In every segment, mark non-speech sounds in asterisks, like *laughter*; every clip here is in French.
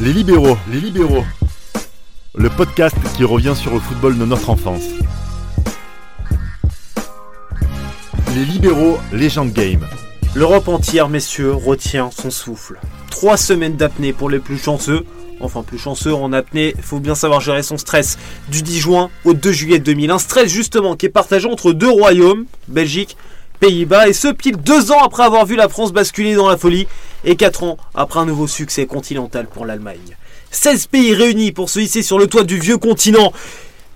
Les libéraux, les libéraux. Le podcast qui revient sur le football de notre enfance. Les libéraux, légende game. L'Europe entière, messieurs, retient son souffle. Trois semaines d'apnée pour les plus chanceux. Enfin, plus chanceux en apnée, faut bien savoir gérer son stress. Du 10 juin au 2 juillet 2001, stress justement qui est partagé entre deux royaumes, Belgique, Pays-Bas, et ce pile deux ans après avoir vu la France basculer dans la folie, et quatre ans après un nouveau succès continental pour l'Allemagne. 16 pays réunis pour se hisser sur le toit du vieux continent.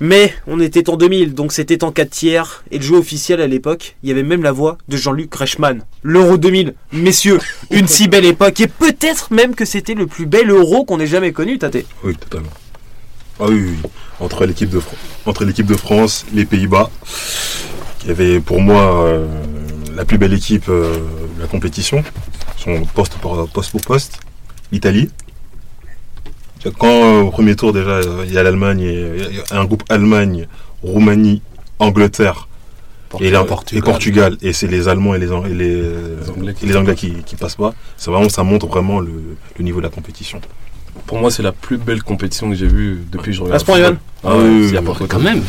Mais on était en 2000, donc c'était en 4 tiers, et le jeu officiel à l'époque, il y avait même la voix de Jean-Luc Reichmann. L'Euro 2000, messieurs, une si belle époque, et peut-être même que c'était le plus bel Euro qu'on ait jamais connu, Tate. Oui, totalement. Ah oui, oui, oui. entre l'équipe de France, entre l'équipe de France, les Pays-Bas, qui avait pour moi euh, la plus belle équipe euh, de la compétition, son poste pour poste pour poste, l'Italie. Quand euh, au premier tour déjà euh, il y a l'Allemagne, et- il y a un groupe Allemagne, Roumanie, Angleterre et, la- et Portugal. et c'est les Allemands et les, An- et les, euh, Les Anglais qui et les Anglais qui, qui passent pas. C'est vraiment ça montre vraiment le, le niveau de la compétition. Pour moi, c'est la plus belle compétition que j'ai vue depuis que je regarde. À ce point, le football. Ah oui, ouais, oui, il y a oui, pas photo. Quand même.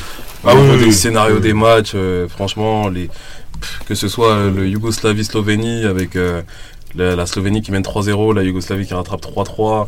Ah Ah oui, oui, oui, le oui. scénario Oui. des matchs, euh, franchement, les... pff, que ce soit euh, le Yougoslavie-Slovénie avec euh, la, la Slovénie qui mène 3-0, la Yougoslavie qui rattrape 3-3,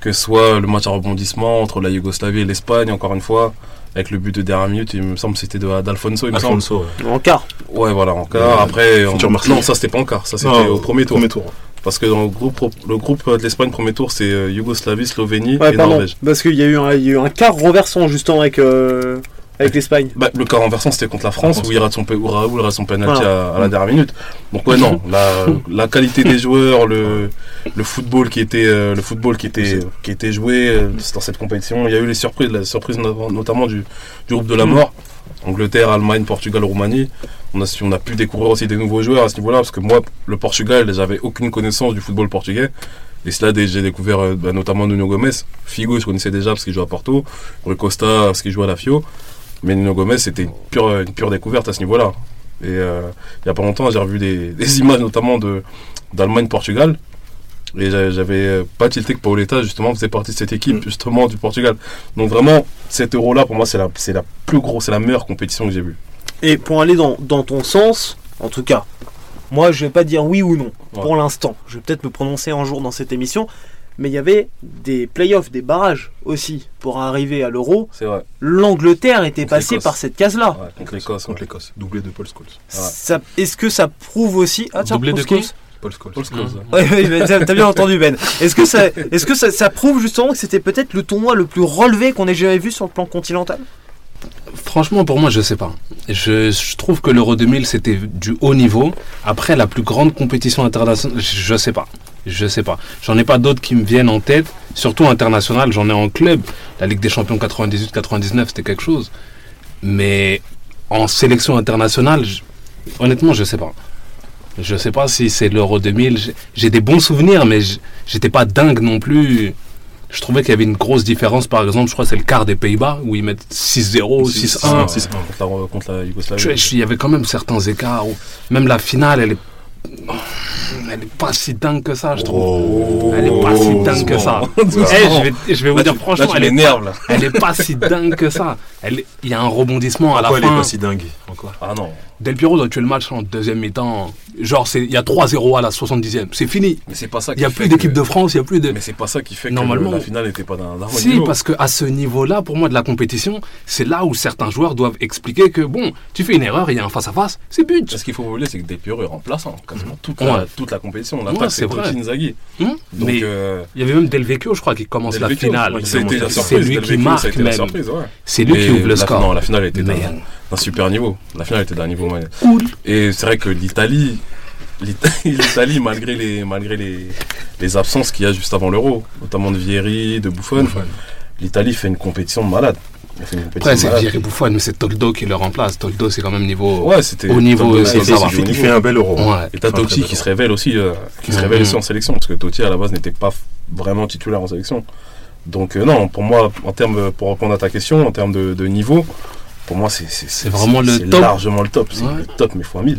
que ce soit le match à rebondissement entre la Yougoslavie et l'Espagne, encore une fois, avec le but de dernière minute, il me semble que c'était de- d'Alfonso, il me semble. Alfonso, ouais. En quart. Ouais, voilà, en quart. Euh, Après, futur on... Marseillais. non, ça c'était pas en quart, ça c'était Non, au Ah, premier tour. Premier tour. Parce que dans le groupe, le groupe de l'Espagne, premier tour, c'est euh, Yougoslavie, Slovénie Ouais, et pardon, Norvège. parce qu'il y, a eu un- il y a eu un quart renversant justement avec, euh, avec l'Espagne. Bah, le cas renversant, c'était contre la France, France. où il rate son, pe- où Raoul rate son penalty Voilà. à, à la dernière minute. Donc ouais, non, la, la qualité des joueurs, le, le football qui était, euh, le football qui était, qui était joué euh, dans cette compétition. Il y a eu les surprises, la surprise no- notamment du, du groupe de la mort. Angleterre, Allemagne, Portugal, Roumanie. On a, su- on a pu découvrir aussi des nouveaux joueurs à ce niveau-là, parce que moi, le Portugal, j'avais aucune connaissance du football portugais. Et cela, dès- j'ai découvert euh, bah, notamment Nuno Gomes. Figo, je connaissais déjà parce qu'il joue à Porto. Rui Costa, parce qu'il joue à la Fio. Mais Nuno Gomez, c'était une pure, une pure découverte à ce niveau-là. Et euh, il y a pas longtemps, j'ai revu des, *laughs* des images notamment de d'Allemagne-Portugal. Et j'a- j'avais euh, pas tilté que Paoletta, justement, faisait partie de cette équipe, justement, du Portugal. Donc vraiment, cet euro-là, pour moi, c'est la, c'est la plus grosse, c'est la meilleure compétition que j'ai vue. Et pour aller dans, dans ton sens, en tout cas, moi je vais pas dire oui ou non Ouais. pour l'instant. Je vais peut-être me prononcer un jour dans cette émission. Mais il y avait des playoffs, des barrages aussi pour arriver à l'euro. C'est vrai. L'Angleterre était Contre passée l'Écosse. par cette case-là. contre l'Écosse. Contre l'Écosse, doublé de Paul Scholes. Ça- Est-ce que ça prouve aussi. Ah, tiens, Doublé de Poskos. qui Paul Scholes. hein. Paul Scholes, ouais. Ouais, ouais, ben, t'as t'as bien entendu Ben. Est-ce que, ça, est -ce que ça, ça prouve justement que c'était peut-être le tournoi le plus relevé qu'on ait jamais vu sur le plan continental Franchement, pour moi, je sais pas. Je, je trouve que l'Euro 2000, c'était du haut niveau. Après, la plus grande compétition internationale, je, je sais pas. Je sais pas. J'en ai pas d'autres qui me viennent en tête, surtout internationales. J'en ai en club. La Ligue des Champions 98-99, c'était quelque chose. Mais en sélection internationale, je- honnêtement, je sais pas. Je sais pas si c'est l'Euro 2000. J'ai- J'ai des bons souvenirs, mais j- j'étais pas dingue non plus. Je trouvais qu'il y avait une grosse différence. Par exemple, je crois que c'est le quart des Pays-Bas où ils mettent 6-0, 6-1. 6-1 contre la, contre la Yougoslavie. Tu vois, Il y avait quand même certains écarts. où Même la finale, elle est, elle est pas si dingue que ça, je trouve. Oh. Elle est pas si dingue *laughs* que ça. Eh, je vais, je vais vous Oh. Là, dire tu- franchement, là, tu elle, est, m'énerves, là. elle est pas si dingue que ça. Elle est- Il y a un rebondissement à Pourquoi elle la est fin. pas si dingue encore Ah non, Del Piero doit tuer le match en deuxième mi-temps. Genre, c'est- il y a 3-0 à la 70e. C'est fini. mais c'est pas ça Il n'y a qui plus fait d'équipe que- de France, il n'y a plus de. Mais c'est pas ça qui fait Normalement- que le- la finale n'était pas d'un d'un haut Si, niveau. parce que à ce niveau-là, pour moi, de la compétition, c'est là où certains joueurs doivent expliquer que bon, tu fais une erreur, il y a un face-à-face, c'est but. Ce qu'il faut oublier, c'est que Del Piero est remplaçant quasiment toute, la, Ouais. toute la compétition. Ouais, L'attaque, c'est c'est vrai. Tochi Inzaghi. Hmm Donc, Mais- euh, Il y avait même Del Vecchio, je crois, qui commence Del la Vecchio, finale. ouais, c'était la C'est surprise, lui Del qui Vecchio, ça a marque été la même. surprise, ouais. C'est lui qui Mais ouvre le la- Non, score. la finale était Mais- d'un d'un super niveau. La finale était d'un niveau. man- Cool. Et c'est vrai que l'Italie, l'Ita- l'Italie, *laughs* malgré les, malgré les, les absences qu'il y a juste avant l'Euro, notamment de Vieri, de Buffon, l'Italie fait une compétition de malade. Elle fait une compétition Après, c'est malade. Vieri Buffon, mais c'est Toldo qui le remplace. Toldo, c'est quand même niveau. Ouais, c'était Au niveau, Toldo, c'est- Toldo, ça va. du haut Il niveau. fait un bel euro. Ouais. Et t'as Enfin, Totti très qui se révèle aussi, euh, qui se révèle aussi en sélection, parce que Totti à la base n'était pas f- vraiment titulaire en sélection. Donc euh, non, pour moi, en termes, pour répondre à ta question, en termes de, de niveau, pour moi c'est c'est- c'est- vraiment le c'est top. largement le top, c'est Ouais. le top mais fois 1000.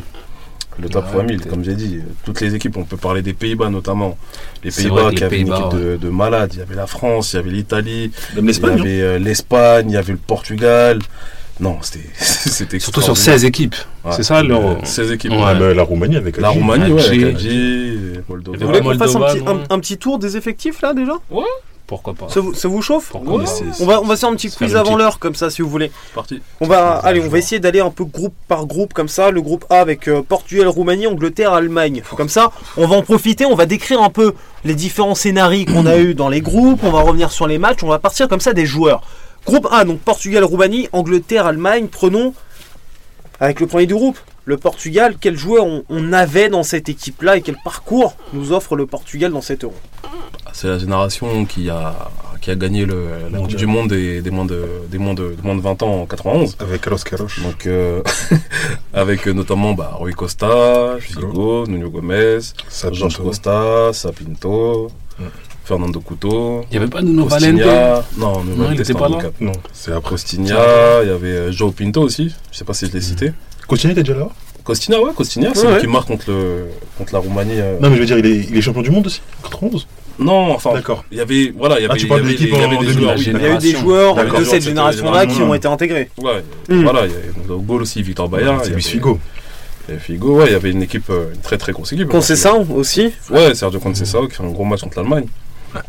Le top Ouais, fois 1000, peut-être. comme j'ai dit, euh, toutes les équipes, on peut parler des Pays-Bas notamment. Les C'est Pays-Bas vrai que qui les avaient une Pays-Bas, équipe de, de malades. Il y avait la France, il y avait l'Italie, Même il y l'Espagne. hein. avait euh, l'Espagne, il y avait le Portugal. Non, c'était. *laughs* c'était Surtout sur extraordinaire. 16 équipes. Ouais. C'est ça l'euro. Euh, 16 équipes. Ouais. Ah, bah, la Roumanie avec La Hadji. Roumanie, ouais, Hadji. avec Hadji, euh, Moldova. Et Vous voulez qu'on fasse un Moldova, petit, non un- un petit tour des effectifs là déjà Pourquoi pas ça vous, ça vous chauffe Pourquoi Ouais, pas c'est- on va, on va faire un petit se quiz faire une avant petite- l'heure comme ça si vous voulez. c'est parti. On va, Ouais, allez, je on va vois. essayer d'aller un peu groupe par groupe comme ça. Le groupe A avec euh, Portugal, Roumanie, Angleterre, Allemagne. Comme ça, on va en profiter. On va décrire un peu les différents scénarios qu'on a eu dans les groupes. On va revenir sur les matchs. On va partir comme ça des joueurs. Groupe A, donc Portugal, Roumanie, Angleterre, Allemagne. Prenons avec le premier du groupe, le Portugal. Quel joueur on, on avait dans cette équipe-là et quel parcours nous offre le Portugal dans cet Euro Ah, C'est la génération qui a, qui a gagné le, la Coupe Mondial. du Monde des, des, moins de, des, moins de, des moins de 20 ans en 91. Avec Carlos Queiroz. Donc, euh, *laughs* avec euh, notamment bah, Rui Costa, Figo, Nuno Gomez, Sapinto. Jorge Costa, Sapinto, Mm. Fernando Couto, Il n'y avait pas Nuno Valente Costinha. Non, Nuno Non, il Valente, était c'était pas un là. handicap. Non, c'est après. Costinha, il y avait euh, Joao Pinto aussi, je sais pas si je l'ai cité. Coutinho était déjà là Costinha, ouais, Costinha, c'est Ouais, lui ouais. qui marque contre, le, contre la Roumanie. euh. Non, mais je veux dire, il est, il est champion du monde aussi 91 Non, enfin, D'accord. il y avait. Voilà, il y avait. Ah, tu parles il y de avait l'équipe des- il y avait en des 2000, joueurs, la oui. Il y a eu des Génération. joueurs D'accord, de genre, cette c'est- génération-là qui Mm. ont été intégrés. Ouais, Mm. voilà, il y avait au goal aussi Victor Bayard. il y C'est Luis avait- Figo. il y avait Figo, ouais, il y avait une équipe, euh, une très très grosse équipe. ça aussi. Ouais, Sergio Conceição qui fait un gros match contre l'Allemagne.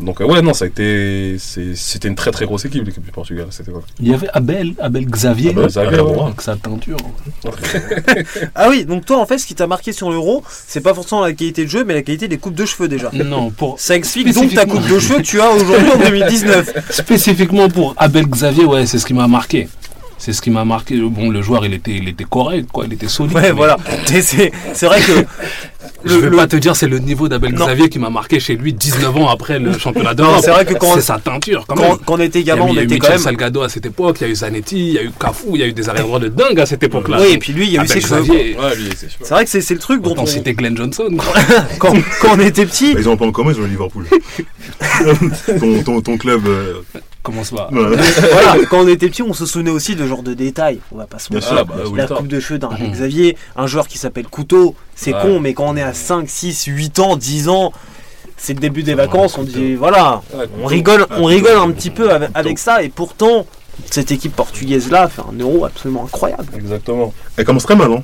Donc euh, ouais, non, ça a été, c'est- c'était une très très grosse équipe l'équipe du Portugal. C'était quoi Il y avait Abel, Abel Xavier. Abel Xavier, ouais. Avec sa teinture. Ah oui, donc toi en fait, ce qui t'a marqué sur l'euro, c'est pas forcément la qualité de jeu, mais la qualité des coupes de cheveux déjà. Non, pour, Ça explique donc ta coupe de cheveux tu as aujourd'hui en 2019. spécifiquement pour Abel Xavier, ouais, c'est ce qui m'a marqué. C'est ce qui m'a marqué. Bon, le joueur, il était, il était correct, quoi. Il était solide. mais Ouais, voilà. C'est- C'est c'est vrai que Je Le- vais le- pas te dire, c'est le niveau d'Abel Non. Xavier qui m'a marqué chez lui 19 ans après le championnat Non, d'Europe. c'est vrai que quand- C'est sa teinture, quand, quand, même. quand on était Ah, Il y a gamin, eu- on il y a eu était quand Michel même. Salgado à cette époque, il y a eu Zanetti, il y a eu Cafu, il y a eu des arrière-droits de dingue à cette époque-là. Oui, et puis lui, Ah, il y a eu ben, ses cheveux. Ouais, lui, c'est sûr. C'est vrai que c'est c'est le truc dont Quand on, on citait Glenn Johnson, quoi. quand, quand on était petit, Bah, ils ont pas en commun, ils ont le Liverpool. *laughs* *laughs* ton, ton, ton club. euh, commence pas. voilà. *laughs* voilà, quand on était petit, on se souvenait aussi de genre de détails. On va pas se Bien mentir. sûr, Ah, bah, la Wiltord. coupe de cheveux d'un Mhm. Xavier, un joueur qui s'appelle Couteau, c'est Ouais. con, mais quand on est à 5, 6, 8 ans, 10 ans, c'est le début des Ouais, vacances, on dit voilà, Ouais, on rigole, on Couteau. rigole un petit peu avec, avec Couteau. ça, et pourtant, cette équipe portugaise là fait un euro absolument incroyable. Exactement. Elle commence très mal, hein.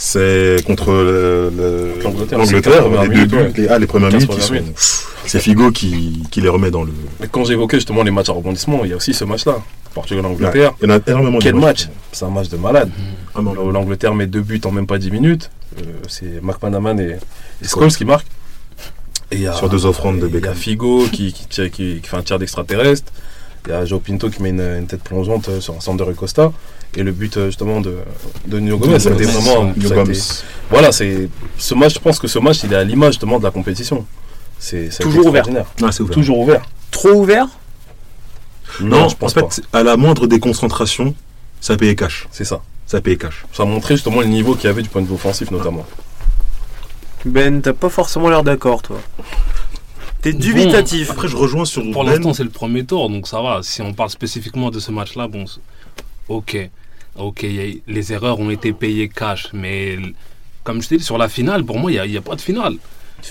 C'est contre le- le- l'Angleterre, L'Angleterre, c'est les les deux premières minutes, buts, les, ah, les premières Quinze minutes, ils premières sont- c'est Figo qui, qui les remet dans le. Mais quand j'évoquais justement les matchs à rebondissement, il y a aussi ce match-là, Portugal-Angleterre. Il y en a énormément de Quel matchs. match C'est un match de malade. Ah, non, Là où L'Angleterre met deux buts en même pas 10 minutes. Euh, c'est McManaman et, et Scholes. Scholes qui marquent. Et il y a- Sur deux offrandes de Il y a Beckham. Figo qui, qui, tire- qui- qui fait un tir d'extraterrestre. Il y a Joe Pinto qui met une, une tête plongeante euh, sur un centre de Rui Costa. Et le but euh, justement de, de Nuno Gomez, c'était Gomez. vraiment. Nuno ça a Gomes. été- voilà, c'est ce match. Je pense que ce match, il est à l'image justement de la compétition. C'est ça a été Toujours ouvert. extraordinaire. Ah, c'est ouvert. Toujours ouvert. Trop ouvert Non, je pense pas. À la moindre déconcentration, ça payait cash. C'est ça. Ça payait cash. Ça montrait justement le niveau qu'il y avait du point de vue offensif notamment. Ben, t'as pas forcément l'air d'accord, toi. T'es Bon. dubitatif. Après, je rejoins sur Pour Ben. l'instant, c'est le premier tour, donc ça va. Si on parle spécifiquement de ce match-là, bon, c'est- ok, ok, y a- les erreurs ont été payées cash, mais l- comme je t'ai dit, sur la finale, pour moi, il n'y a, pas de finale.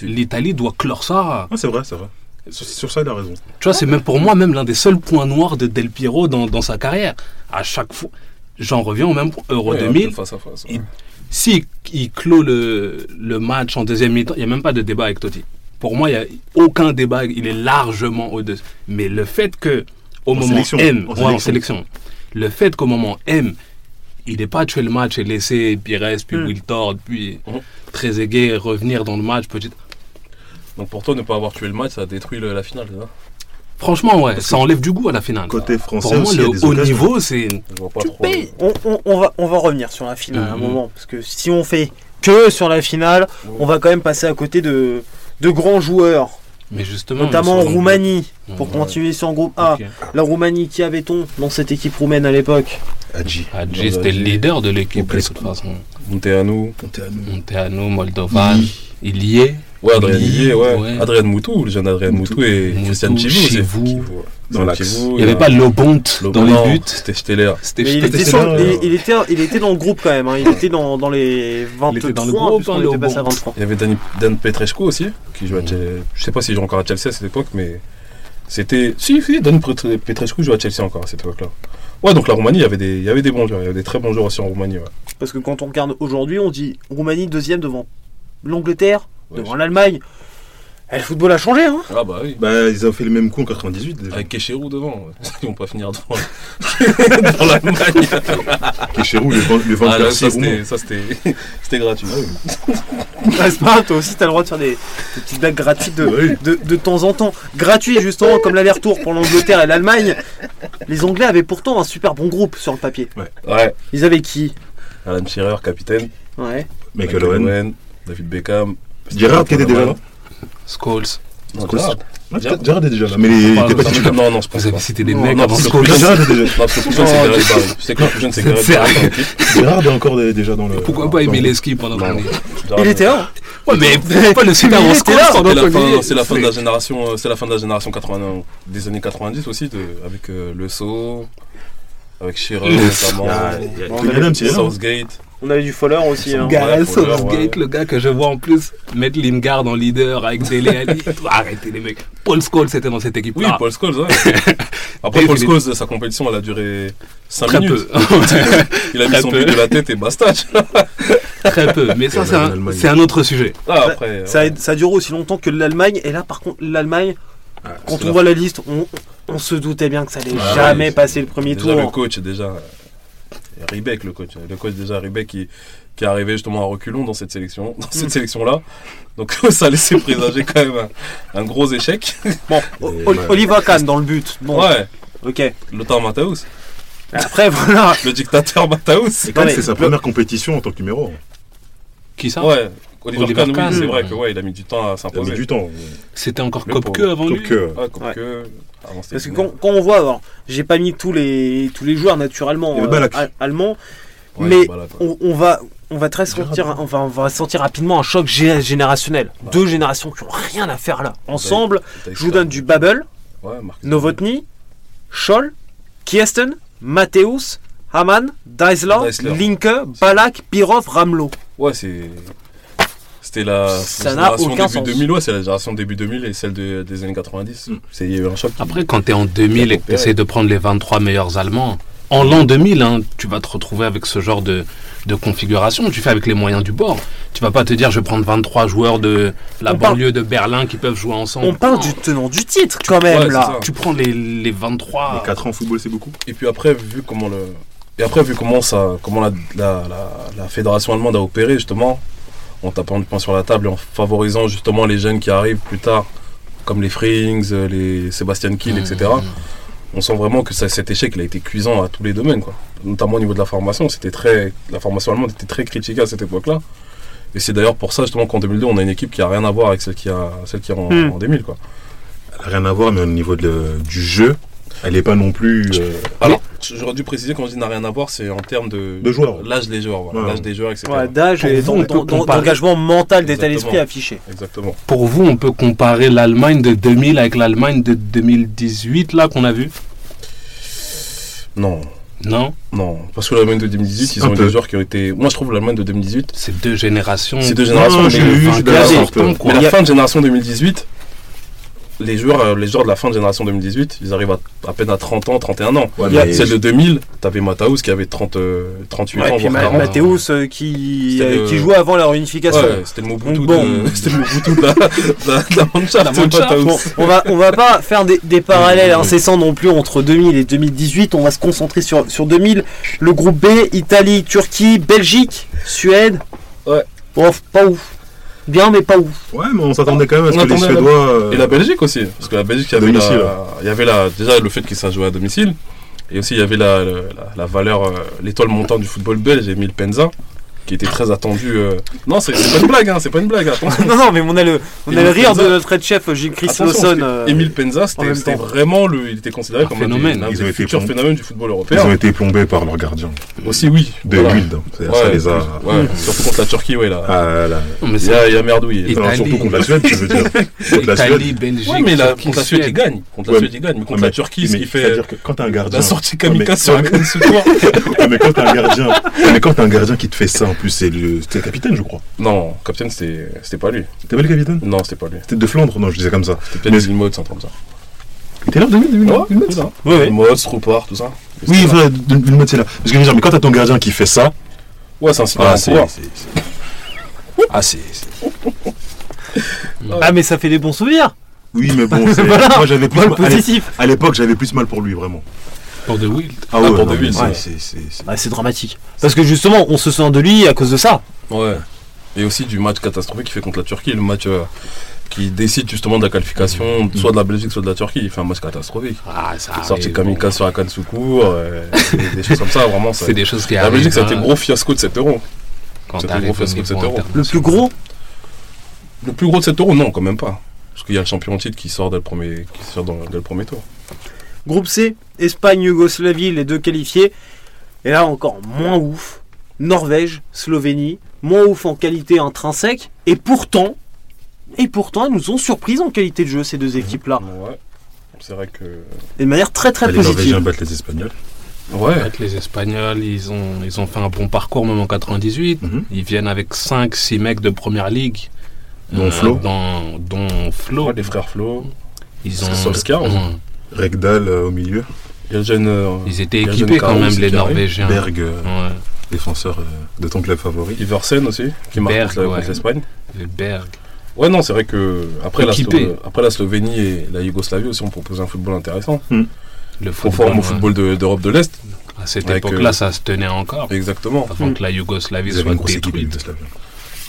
L'Italie doit clore ça. Ah, c'est vrai, c'est vrai. Sur, sur ça, il a raison. Tu vois, c'est même pour moi même l'un des seuls points noirs de Del Piero dans, dans sa carrière. À chaque fois, j'en reviens au même point. Euro Ouais, 2000, face à face, ouais. Il- S'il il clôt le, le match en deuxième mi-temps, il n'y a même pas de débat avec Totti. Pour moi, il n'y a aucun débat, il est largement au-dessus. Mais le fait que, au En moment sélection, M, en ouais, sélection. en sélection, le fait qu'au moment M, il n'ait pas tué le match et laissé Pires, puis Hmm. Mm. Wiltord, puis Mhm. Trezeguet revenir dans le match, petit. Donc pour toi, ne pas avoir tué le match, ça a détruit le- la finale, c'est ça Franchement, ouais, Parce que ça enlève du goût à la finale. Côté Pour français moi, aussi, il y le a des haut occasions. niveau, c'est. Je vois pas Tu trop. payes. On, on- on va, on va revenir sur la finale à un Mhm. moment, parce que si on fait que sur la finale, on va quand même passer à côté de, de grands joueurs, Mais justement. notamment en mais sur- Roumanie, Ah. pour Ouais. continuer sur le groupe A. Ok. La Roumanie, qui avait-on dans cette équipe roumaine à l'époque Hadji. Hadji, c'était le leader de l'équipe, de Complexe. toute façon. Monté à nous. Ponte à nous. Monteano, Moldovan, il y est. Ouais, Adrien Guillet, ouais. Ouais. Adrien Moutou, le jeune Adrien Moutou, et Moutou, Christian Chivou aussi. Chivou. Chivou, ouais. Dans l'axe. Chivou, Il n'y avait a- pas Lobonte le- dans non, les buts. C'était Steller. C'était Mais il était, c'était- sur- là, il- euh, il était, il était dans le groupe quand même, hein. il était dans, dans les 23, Il était dans le groupe, puisqu'on hein, était le passé à bon. 23. Il y avait Dan, Dan Petrescu aussi, qui jouait à Chelsea. Je sais pas s'il joue encore à Chelsea à cette époque, mais c'était. Si, si, Dan Petre- Petrescu jouait à Chelsea encore à cette époque-là. Ouais, donc la Roumanie, il y avait des, il y avait des bons joueurs, il y avait des très bons joueurs aussi en Roumanie. Ouais. Parce que quand on regarde aujourd'hui, on dit Roumanie deuxième devant l'Angleterre, Ouais, devant l'Allemagne. Eh, le football a changé, hein *laughs* Ah bah oui. Bah, ils ont fait le même coup en 98 déjà. Avec Kéchérou devant, *laughs* ils vont pas finir devant. *laughs* Dans l'Allemagne. Et chez vous, le, van- le Ah, là, vainqueur, c'est ça c'était, ça c'était, *laughs* c'était gratuit. Ah, c'est pas grave, toi aussi t'as le droit de faire des, des petites blagues gratuites de, Oui. de- de temps en temps. Gratuit justement, comme l'aller-retour pour l'Angleterre et l'Allemagne. Les Anglais avaient pourtant un super bon groupe sur le papier. Ouais. Ils avaient qui Alan Shearer, capitaine. Ouais. Michael Owen. David Beckham. Gerrard qui était déjà là. Scholes. Non, Scholes. Gerrard. Ouais, peut-être Gerrard est déjà là. Mais il Ah, était pas ça titulaire. Non, non, je pense Vous pas. avez cité des Non, mecs non, avant parce que- Scholes. Gerrard est déjà. Non, parce que le plus jeune, c'est Gareth Barry. Je sais que le plus jeune, c'est Gareth C'est Barry. vrai. Gerrard est encore de- déjà dans le. Pourquoi pas dans- aimer les skis pendant Non. qu'on est Ah, Gerrard, Il était là Ouais, mais pourquoi pas le citer Mais il avant était Scholes là, pendant C'est la, qu'on y fin, est c'est la fin de C'est- la génération, euh, c'est la fin de la génération 80, des années 90 aussi, de- avec euh, Le Sceau, avec Shearer notamment, euh, Ah, il y a- Bon, il y a même Thierry, hein. Southgate. On avait du Fowler aussi. hein. Gareth Ouais, faut le voir, Southgate, ouais. le gars que je vois en plus mettre Lingard en leader avec Dele Alli. Arrêtez les mecs. Paul Scholes était dans cette équipe Oui, là. Paul Scholes, ouais. *laughs* Après, Ah. Et Paul Philippe. Scholes, sa compétition, elle a duré 5 Très minutes. peu. *laughs* *laughs* Il a mis Très son peu. but de la tête *laughs* et basta. tu vois. Très peu. Mais ça, Ouais, c'est en un, Allemagne. c'est un autre sujet. Ah, après, Ça, ouais. a- ça dure aussi longtemps que l'Allemagne. Et là, par contre, l'Allemagne, Ah, quand c'est on la- voit la liste, on, on se doutait bien que ça allait Ah, jamais oui, passer le premier déjà, tour. le coach, déjà. euh, Ribek, le coach. Le coach, déjà, Ribek, qui, qui est arrivé justement à reculons dans cette sélection, dans cette Mm. sélection-là. Donc, *laughs* ça laissait présager quand même un, un gros échec. Bon, O- Et O- ouais. Oliver Kahn dans le but. Bon, Ouais, ok. Lothar Matthaus, Après, *laughs* voilà. le dictateur Matthaus. C'est quand même- Attendez, c'est sa le- première compétition en tant que numéro. Qui ça Ouais, Oliver, Oliver Kahn, oui, Kahn. c'est vrai que ouais, il a mis du temps à Il a mis s'imposer. du temps. C'était encore Le Kopke pauvre. avant Donc, lui. euh, Ouais, comme Ouais. que. avant, c'était Parce que une- quand, quand on voit, alors, j'ai pas mis tous les, tous les joueurs naturellement Il y avait euh, Balak. al- allemands, Ouais, mais voilà, quoi. on, on va, on va très sentir, on va, on va sentir rapidement un choc gé- générationnel. Ouais. Bah, Deux générations qui ont rien à faire là. Ensemble, T'as je vous donne du Babel, Ouais, Marcus. Novotny, Scholl, Kiesten, Matthäus, Hamann, Deisler, Deisler. Linke, Balak, Pirov, Ramelot. Ouais, c'est. C'était la Ça la n'a génération aucun début sens. Mm. 2000, ouais, c'est la génération début 2000 et celle de- des années 90. C'est- Il y a eu un Ah, choc. Après, quand t'es en 2000 et que Ouais. t'essayes de prendre les 23 meilleurs Allemands, en l'an 2000, hein, tu vas te retrouver avec ce genre de, de configuration. Tu fais avec les moyens du bord. Tu vas pas te dire, je vais prendre 23 joueurs de la On parle- banlieue de Berlin qui peuvent jouer ensemble. On parle Non. du tenant du titre quand même Ouais, là. c'est Tu prends les, les 23. Les 4 ans en football, c'est beaucoup. Et puis après, vu comment le. Et après, vu comment ça, comment la, la, la- la fédération allemande a opéré justement, en tapant du poing sur la table et en favorisant justement les jeunes qui arrivent plus tard, comme les Frings, euh, les Sebastian Kiel, Mmh, etc. On sent vraiment que ça- cet échec, il a été cuisant à tous les domaines, quoi. Notamment au niveau de la formation, c'était très, la formation allemande était très critiquée à cette époque-là. Et c'est d'ailleurs pour ça justement qu'en 2002, on a une équipe qui a rien à voir avec celle qui a, celle qui est en, Mmh. en 2000, quoi. Elle a rien à voir, mais au niveau de- du jeu, elle est pas non plus. euh, Alors, j'aurais dû préciser quand je dis n'a rien à voir, c'est en termes de, De joueurs. l'âge des joueurs, voilà, Ouais. l'âge des joueurs, etc. Ouais, d'âge Pour et vous, on d'en- peut d'en- d'en- comparer. d'engagement mental d'état d'esprit Exactement. affiché. Exactement. Pour vous, on peut comparer l'Allemagne de 2000 avec l'Allemagne de 2018, là, qu'on a vu Non, Non non, parce que l'Allemagne de 2018, ils Un ont eu peu. des joueurs qui ont été. Moi, je trouve l'Allemagne de 2018, C'est deux générations. c'est deux Non, générations. j'ai mais eu, enfin, je suis vainqueurs d'accord. sortants, quoi. Mais la fin de génération 2018, les joueurs, euh, les joueurs de la fin de génération 2018, ils arrivent à, à peine à 30 ans, 31 ans. Ouais, Il y a- mais- Celle de 2000, t'avais Mataus qui avait 30, euh, 38 Ouais, ans, et puis voire Ma- 40. Mathéus euh, qui, C'était euh, le- qui jouait avant la réunification. Ouais, c'était le Mobutu Bon. de, c'était le Mobutu de la, de la, de *laughs* la Mannschaft, La Mannschaft. Mataus. Ah, Bon, on va on va pas faire des, des parallèles Oui, oui. incessants non plus entre 2000 et 2018. On va se concentrer sur sur 2000. Le groupe B, Italie, Turquie, Belgique, Suède. Ouais. Bon, pas ouf. Bien mais pas ouf. Ouais, mais on s'attendait quand même à On ce que les attendait la- Suédois. euh, Et la Belgique aussi, parce que la Belgique, il y avait, Domicile, la- il y avait la- déjà le fait qu'ils ça joué à domicile, et aussi il y avait la, la, la valeur, euh, l'étoile montante du football belge, Emile Penza, qui était très attendu. euh. Non, c'est c'est pas une blague, hein, c'est pas une blague. *laughs* Attention. Non, non, mais on a le, on a Emile le rire Penza. de notre head chef Gilles *laughs* Chris Attention, Lawson. c'était- euh, Émile Penza, en c'était même c'était temps. vraiment le, il était considéré Un comme un des- phénomène. l'un Ils des, ont été futurs prom- phénomènes du football Ils ont européen. été plombés par leur gardien. Aussi, oui. De voilà. l'huile. C'est-à-dire, Ça Ouais, les a. Ouais, *laughs* surtout contre la Turquie, ouais, là. Ah, là. Non, mais Il y c'est a, il y a merdouille. Italie. Alors, surtout contre la Suède, je veux dire. *laughs* Ah, Contre la Italie, Suède. Belgique. Ouais, mais la, Turquie, contre la Suède, il Suède. gagne. Contre Ouais, la Suède, il gagne. Mais contre mais- la Turquie, ce mais qui fait C'est-à-dire que quand t'as un gardien. la sortie Ouais, kamikaze mais- sur la grande secours. *laughs* Ouais, mais quand t'as un gardien. Ouais, mais quand t'as un gardien qui te fait ça, en plus, c'est le, c'était le capitaine, je crois. Non, Captain, c'était c'était pas lui. C'était pas le capitaine Non, c'était pas lui. C'était de Flandre Non, je disais comme ça. C'était Mais- peut-être Wilmot, un truc comme ça. T'es là, 2000, 2000, Ouais, 2000, c'est ça. ouais, hein. ouais. Wilmot, Troupard, tout ça. Oui, voilà, Wilmot, c'est là. Parce que je veux dire, mais quand t'as ton gardien qui fait ça. Ouais, c'est un signe Ah, ah, c'est. c'est- c'est- Ah, c'est. c'est- Ah, mais ça fait des bons souvenirs. Oui, mais *laughs* bon, c'est- Voilà. moi j'avais plus Moi, le mal- à l'é- positif. À l'époque, j'avais plus mal pour lui, vraiment. Pour de Wild. Ah pour non, de lui, mais ouais. c'est- c'est- c'est- Bah, c'est dramatique. Parce que justement, on se sent de lui à cause de ça. Ouais. Et aussi du match catastrophique qu'il fait contre la Turquie, le match euh, qui décide justement de la qualification, soit de la Belgique, soit de la Turquie. Il fait un match catastrophique. Ah, ça arrive. Sorti kamikaze sur la canne sous cours, euh, des- des choses comme ça, vraiment. ça- C'est des choses qui La arrivent. Belgique, c'était hein, le gros fiasco de 7 euros. quand c'était t'arrives gros parce au que niveau c'était gros. interne. Le plus gros, Le plus gros de 7 euros, non, quand même pas. Parce qu'il y a le champion en titre qui sort dès le premier, qui sort dans, dès le premier tour. Groupe C, Espagne, Yougoslavie, les deux qualifiés. Et là encore moins ouf. Norvège, Slovénie, moins ouf en qualité intrinsèque. Et pourtant, et pourtant, elles nous ont surprises en qualité de jeu, ces deux équipes-là. Ouais. C'est vrai que. Et de manière très très Les Norvégiens positive. battent les Espagnols. Ouais. En fait, les Espagnols, ils ont, ils ont fait un bon parcours même en 98. Mhm. Ils viennent avec 5-6 mecs de première ligue. Euh, Dont Flo. dans- dont Flo. Ouais, les frères Flo. Ils, Parce que Solskjaer, Ouais. Regdal euh, au milieu. Il y a le jeune. euh, ils étaient Jürgen équipés quand Karo, même, c'est les carré. Norvégiens. Berg, euh, Ouais. défenseur euh, de ton club favori. Iversen aussi, qui marque Berg, contre la- ouais. contre l'Espagne. Les Berg. Ouais, non, c'est vrai que après la, Équipé. Slo- après la Slovénie et la Yougoslavie aussi, on proposait un football intéressant. Le Conforme ouais. au football de- d'Europe de, l'Est. À cette avec, époque-là, euh, ça se tenait encore. Exactement. Avant que la Yougoslavie Ils avaient soit une grosse équipe, les détruite. Yougoslaves.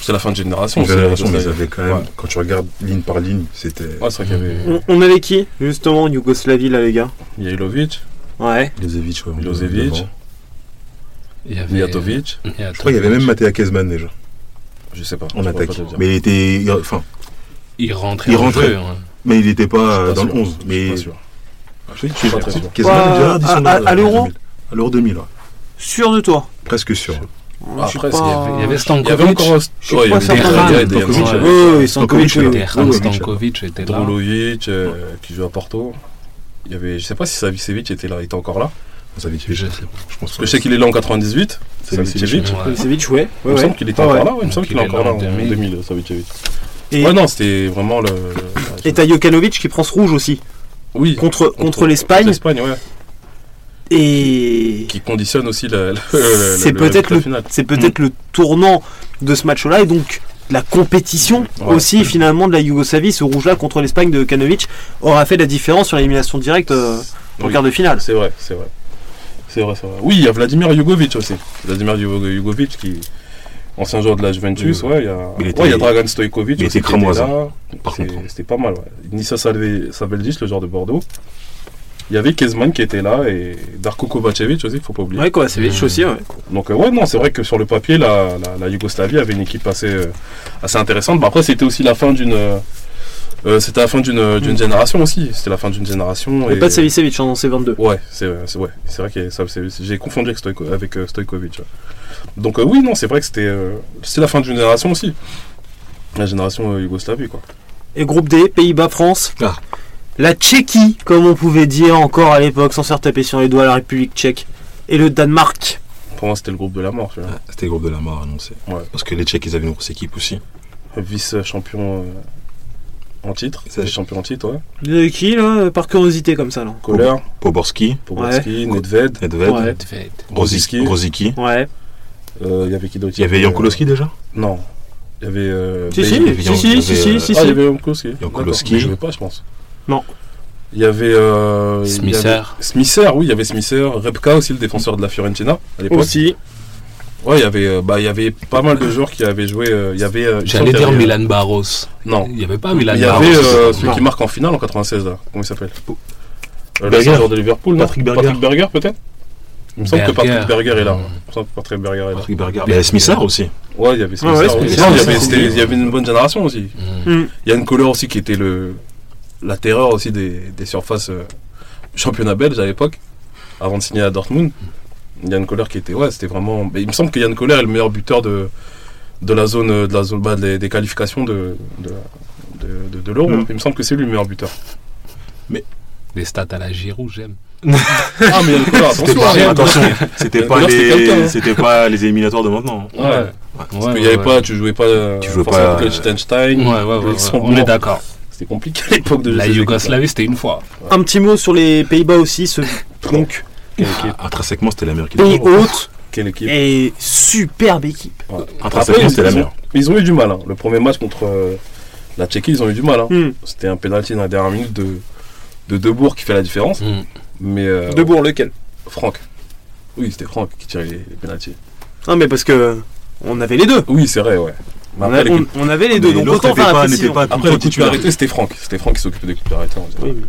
C'est la fin de génération. Ils c'est avaient la raison, mais ils Yougoslavie. avaient quand même. Ouais. Quand tu regardes ligne par ligne, c'était Ouais, c'est vrai qu'il y avait. On, on avait qui justement en Yougoslavie là les gars Il y a Ilovic, Ouais. Josevic. ouais, on- Milosevic. euh, devant. Il y avait- Mijatovic. Mijatovic. Je crois qu'il y avait même Matea Kezman déjà Je sais pas. en je pourrais attaque. pas te dire. Mais il était. Enfin, Il rentrait. Il en rentrait. jeu, hein. mais il n'était pas, Je suis euh, pas dans sûr. le 11. Je suis Mais pas sûr. Ah, Je suis pas très sûr. Kezman Pas- et Gerrard, ils sont à- là. à- à l'Euro 2000. Bah, À l'Euro 2000, ouais. Sûr de toi. Presque sûr. Je suis Ah, Après, pas- c'est- Il y avait- Il y avait Il y avait Stankovic. encore. un- Je suis Ouais, il y pas avait certain. Derhan, il y avait Stankovic, Derhan. ouais. Ouais, ouais, ouais, ils sont Stankovic, coachés, ouais. ouais. Derhan Ouais, Stankovic était là. Drulovic, euh, qui joue à Porto. Il y avait, je sais pas si Savicevic était là, était encore là. On savait qu'il Je je sais pas. pense. Parce que je sais qu'il est là en 98. Savicevic. Ouais. Savic, ouais. Il me ouais, semble ouais. qu'il était Ah, encore ouais. là, ouais, il me semble Donc, qu'il il est est là encore là en en 2000. 2000, Savicevic. Et Ouais, non, c'était vraiment le. le- et t'as Jokanovic qui prend ce rouge aussi oui, contre contre l'Espagne l'Espagne, ouais. et Qui conditionne aussi la. la- la- c'est peut-être résultat le, final. c'est peut-être le tournant de ce match-là et donc la compétition Ouais. aussi finalement de la Yougoslavie, ce rouge-là contre l'Espagne de Kanovic aura fait la différence sur l'élimination directe euh, au Oui. quart de finale. C'est vrai, c'est vrai. C'est vrai, c'est vrai. Oui, il y a Vladimir Jugovic aussi. Vladimir Jugo- Jugovic qui. Ancien joueur de la Juventus, Oui. ouais, il y a, Il ouais, était- il y a Dragan Stojkovic il aussi était qui était cramoisi, là. par C'est- contre. C'était pas mal, ouais. Nissa Salve- Sabeldic, le joueur de Bordeaux. Il y avait Kezman qui était là et Darko Kovacevic aussi, faut pas oublier. Ouais, quoi, c'est Kovacevic aussi, ouais. Donc euh, ouais non c'est vrai que sur le papier la, la, la Yougoslavie avait une équipe assez, euh, assez intéressante. Bah, après c'était aussi la fin d'une euh, euh, c'était la fin d'une d'une Mm. génération aussi. C'était la fin d'une génération. Et pas Savicevic hein, dans ses 22. Ouais c'est vrai, c'est ouais, c'est vrai que ça- c'est- j'ai confondu avec, Stojko- avec euh, Stojkovic. ouais. Donc euh, oui non c'est vrai que c'était euh, c'était la fin d'une génération aussi. La génération euh, Yougoslavie quoi. Et groupe D, Pays-Bas, France. Ah. La Tchéquie, comme on pouvait dire encore à l'époque, sans se faire taper sur les doigts, la République tchèque. Et le Danemark. Pour moi c'était le groupe de la mort. tu vois. C'était le groupe de la mort annoncé. Ouais. Parce que les Tchèques, ils avaient une grosse équipe aussi. Vice champion euh, en titre. Ça, je- Champion en titre ouais. Il y avait qui, là, par curiosité, comme ça, là Kohler, Poborski, Poborski, Nedved, Nedved, Ouais. Nedved. Grozicki. Grozicki. Grozicki. Ouais. euh, il y avait qui d'autre Il y avait Jankulowski déjà Non. Il y avait. Euh, Si, Bailey. si, si, si, si, si, si, Ah, si. il y avait Yankulowski. Jankulowski. Je jouais pas, je pense. Non. Il y avait. Euh, il y Smither. avait- Smither, oui, il y avait Smither. Repka aussi, le défenseur de la Fiorentina à l'époque. Aussi. Ouais, il y avait, euh, bah, il y avait pas mal de joueurs qui avaient joué. euh, il y avait. euh, il me semble J'allais qu'il y dire avait, euh, Milan Barros. Non. Il n'y avait pas Milan Il y Barros. avait euh, celui Non. qui marque en finale en 96 là. Comment il s'appelle euh, Le Berger. joueur de Liverpool, non Patrick Berger. Patrick Berger peut-être Il me semble que Berger. Patrick Berger est là. Il me semble que Patrick Berger est là. Patrick Berger. Il y a Smithard aussi. Ouais, il y avait Ouais, ouais, Spencer Spencer, aussi. Il y c'est avait- cool. c'était- Il y avait une bonne génération aussi. Mm. Il y a une couleur aussi qui était le, la terreur aussi des, des surfaces euh, championnat belge à l'époque, avant de signer à Dortmund. Yann Koller qui était ouais c'était vraiment mais il me semble que Yann Koller est le meilleur buteur de de la zone euh, de la zone bah, des, des qualifications de de, la- de, de- de l'Euro Mm. il me semble que c'est lui le meilleur buteur Des stats à la Giroud, j'aime. ah mais Yann Koller C'était attention, pas, Yann Koller. attention, Euh, c'était pas, D'ailleurs, c'était quelqu'un, les, hein. c'était pas les éliminatoires de maintenant. Ouais. parce qu'il y avait pas tu jouais pas euh, Tu jouais pas, forcément contre euh, Liechtenstein Ouais, ouais, ouais, ouais. Luxembourg. On est d'accord. c'était compliqué à l'époque de La ces équipes-là. Yougoslavie, c'était une fois. Un petit mot sur les Pays-Bas aussi, ce donc Ah. Quelle équipe Intrinsèquement, c'était la meilleure qui pays hôte Quelle équipe et superbe équipe. Ouais. Après, Intrinsèquement, ils- c'était la ils ont- meilleure. Ils ont eu du mal. hein. Le premier match contre euh, la Tchéquie, ils ont eu du mal. hein. Hmm. C'était un pénalty dans la dernière minute de, de Debourg qui fait la différence. Mm. Mais euh, Debourg lequel Franck. Oui, c'était Franck qui tirait les, les pénaltys. Non mais parce que on avait les deux. Oui, c'est vrai, ouais. Mais On, après, a- les on- coups- on avait les Mais deux, donc l'autre autant n'était faire la pas- précision. n'était pas après, les coups de pied titulaire. arrêtés, c'était Franck. C'était Franck qui s'occupait des coups de pied arrêtés. en général. Oui, mais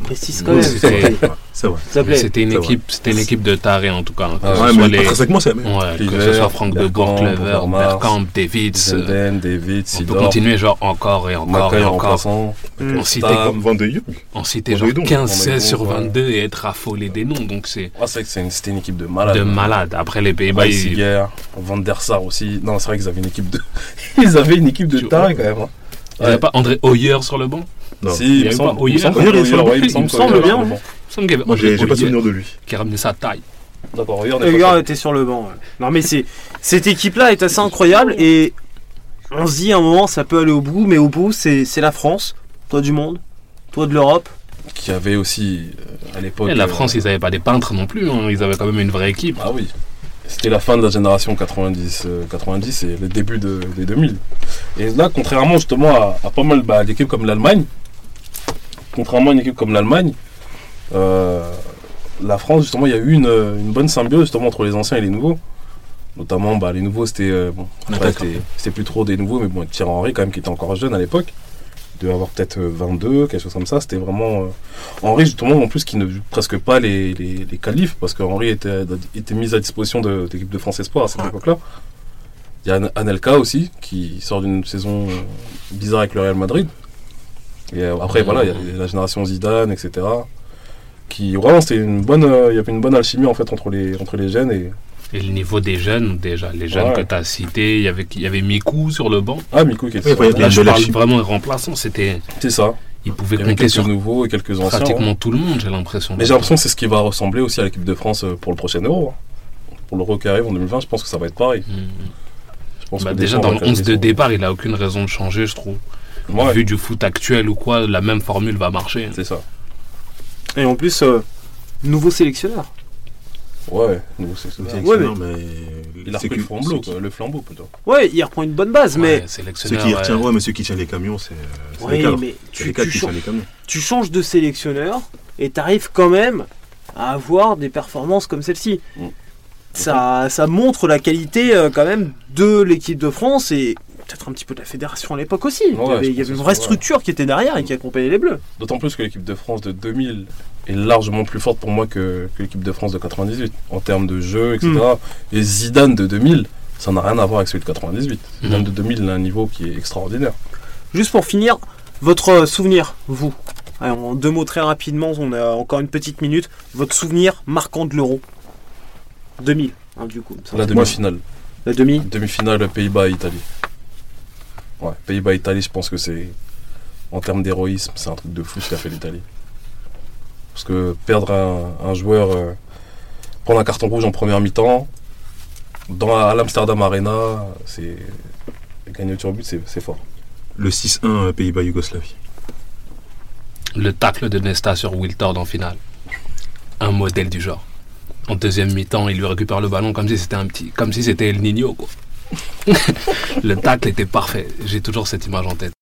on précise quand Oui, même. c'est- s'il te plaît, C'est vrai. s'il te Mais plaît. C'était une c'est vrai. équipe, c'était une équipe de tarés en tout cas. hein. Que Ouais, ce Ouais, mais soit les- intrinsèquement, c'est la meilleure. Ouais, que ce Kluivert, soit Franck de Bourg, Bergkamp, Clever, Overmars, Bergkamp, Davids. euh, Zenden, David, On peut Sidor, continuer genre encore et encore Macaire et en encore. remplaçant. Mm. On citait, Stam. Van de Jong. on citait on genre est donc, 15, on est 16 sur donc, ouais. 22 et être affolé des noms. Donc c'est Ah, c'est vrai que c'est une- c'était une équipe de malades. de malade. Après les Pays-Bas, Bah, ils- Van der Sar aussi. Non, c'est vrai qu'ils avaient une équipe de. *laughs* ils avaient une équipe de Tu- tarés quand même. hein. il n'y a Ouais. pas André Hoyer sur le banc Non. Si, y il avait me pas semble. Hoyer. hein. il me semble Hoyer, que- il ouais, il me semble semble que- que- bien. mais bon. Il me semble qu'il y avait Moi, André j'ai j'ai pas de Hoyer souvenir de lui. qui a ramené sa taille. D'accord, Hoyer n'est Le pas gars était sur le banc. ouais. Non mais c'est cette équipe-là est assez incroyable et on se dit à un moment ça peut aller au bout, mais au bout c'est c'est la France, toi du monde, toi de l'Europe. qui avait aussi euh, à l'époque. Et la euh, France, ils n'avaient pas des peintres non plus. hein. Ils avaient quand même une vraie équipe. Ah oui. C'était la fin de la génération 90, euh, 90 et le début de- des 2000. Et là, contrairement justement à, à pas mal bah, d'équipes comme l'Allemagne, contrairement à une équipe comme l'Allemagne, euh, la France, justement, il y a eu une, une bonne symbiose justement entre les anciens et les nouveaux. Notamment, bah, les nouveaux, c'était euh, bon, En après, attaque, c'était c'était plus trop des nouveaux, mais bon, Thierry Henry, quand même, qui était encore jeune à l'époque, il devait avoir peut-être euh, 22, quelque chose comme ça. C'était vraiment. euh, Henry, justement, en plus, qui ne joue presque pas les, les, les qualifs, parce que Henry était, était mis à disposition de, de l'équipe de France Espoir à cette Ouais. époque-là. Il y a An- Anelka aussi, qui sort d'une saison euh, bizarre avec le Real Madrid. Et euh, après, voilà, il y a la génération Zidane, etc. Qui, vraiment, c'était une bonne. euh, Il y avait une bonne alchimie, en fait, entre les, entre les jeunes. Et... Et le niveau des jeunes, déjà, les jeunes Ouais. que tu as cités, il y avait, il y avait Mikou sur le banc. Ah, Miku qui était Oui, sur- ouais, Là, je belle parle archi- vraiment remplaçant. C'était, C'est ça. ils pouvaient Il y avait compter quelques sur nouveaux et quelques anciens. pratiquement hein. tout le monde, j'ai l'impression. Mais j'ai l'impression que c'est ce qui va ressembler aussi à l'équipe de France euh, pour le prochain Euro. hein. Pour l'Euro qui arrive en 2020, je pense que ça va être pareil. Mm. Je pense Bah, que déjà, Deschamps dans va le faire 11 de des- départ, il a aucune raison de changer, je trouve. hein, Ouais, Vu du foot actuel ou quoi, la même formule va marcher. hein. c'est ça. Et en plus euh, nouveau sélectionneur. Ouais, nous, c'est ça. Ouais, mais- Il a C'est repris que- le flambeau, ceux qui- quoi, le flambeau plutôt. Ouais, il reprend une bonne base, mais Ouais, Ceux sélectionneur, qui ouais. retiennent, ouais, mais ceux qui tiennent les camions, c'est c'est Ouais, les cadres. mais C'est tu, les tu cadres qui changes, tiennent les camions. tu changes de sélectionneur et t'arrives quand même à avoir des performances comme celle-ci. Mm. Ça, ça montre la qualité euh, quand même de l'équipe de France et peut-être un petit peu de la fédération à l'époque aussi. il y Ouais, avait, je il y pense avait une aussi, vraie ouais. structure qui était derrière et qui accompagnait les Bleus. D'autant plus que l'équipe de France de 2000 est largement plus forte pour moi que, que l'équipe de France de 98 en termes de jeu, etc. Mm. Et Zidane de 2000, ça n'a rien à voir avec celui de 98. Zidane Mm. de 2000, il a un niveau qui est extraordinaire. Juste pour finir, votre euh, souvenir, vous. Allez, en deux mots très rapidement, on a encore une petite minute. Votre souvenir marquant de l'euro 2000, hein, du coup. La demi-finale. La demi Demi-finale Pays-Bas-Italie. Ouais, Pays-Bas-Italie, je pense que c'est. En termes d'héroïsme, c'est un truc de fou ce qu'a fait l'Italie. Parce que perdre un, un joueur, euh, prendre un carton rouge en première mi-temps, dans, à l'Amsterdam Arena, c'est. Gagner au tir au but, c'est c'est fort. Le 6-1 euh, Pays-Bas Yougoslavie. Le tacle de Nesta sur Wiltord en finale. Un modèle du genre. En deuxième mi-temps, il lui récupère le ballon comme si c'était un petit, *laughs* comme si c'était El Nino. Quoi. le tacle était parfait. J'ai toujours cette image en tête.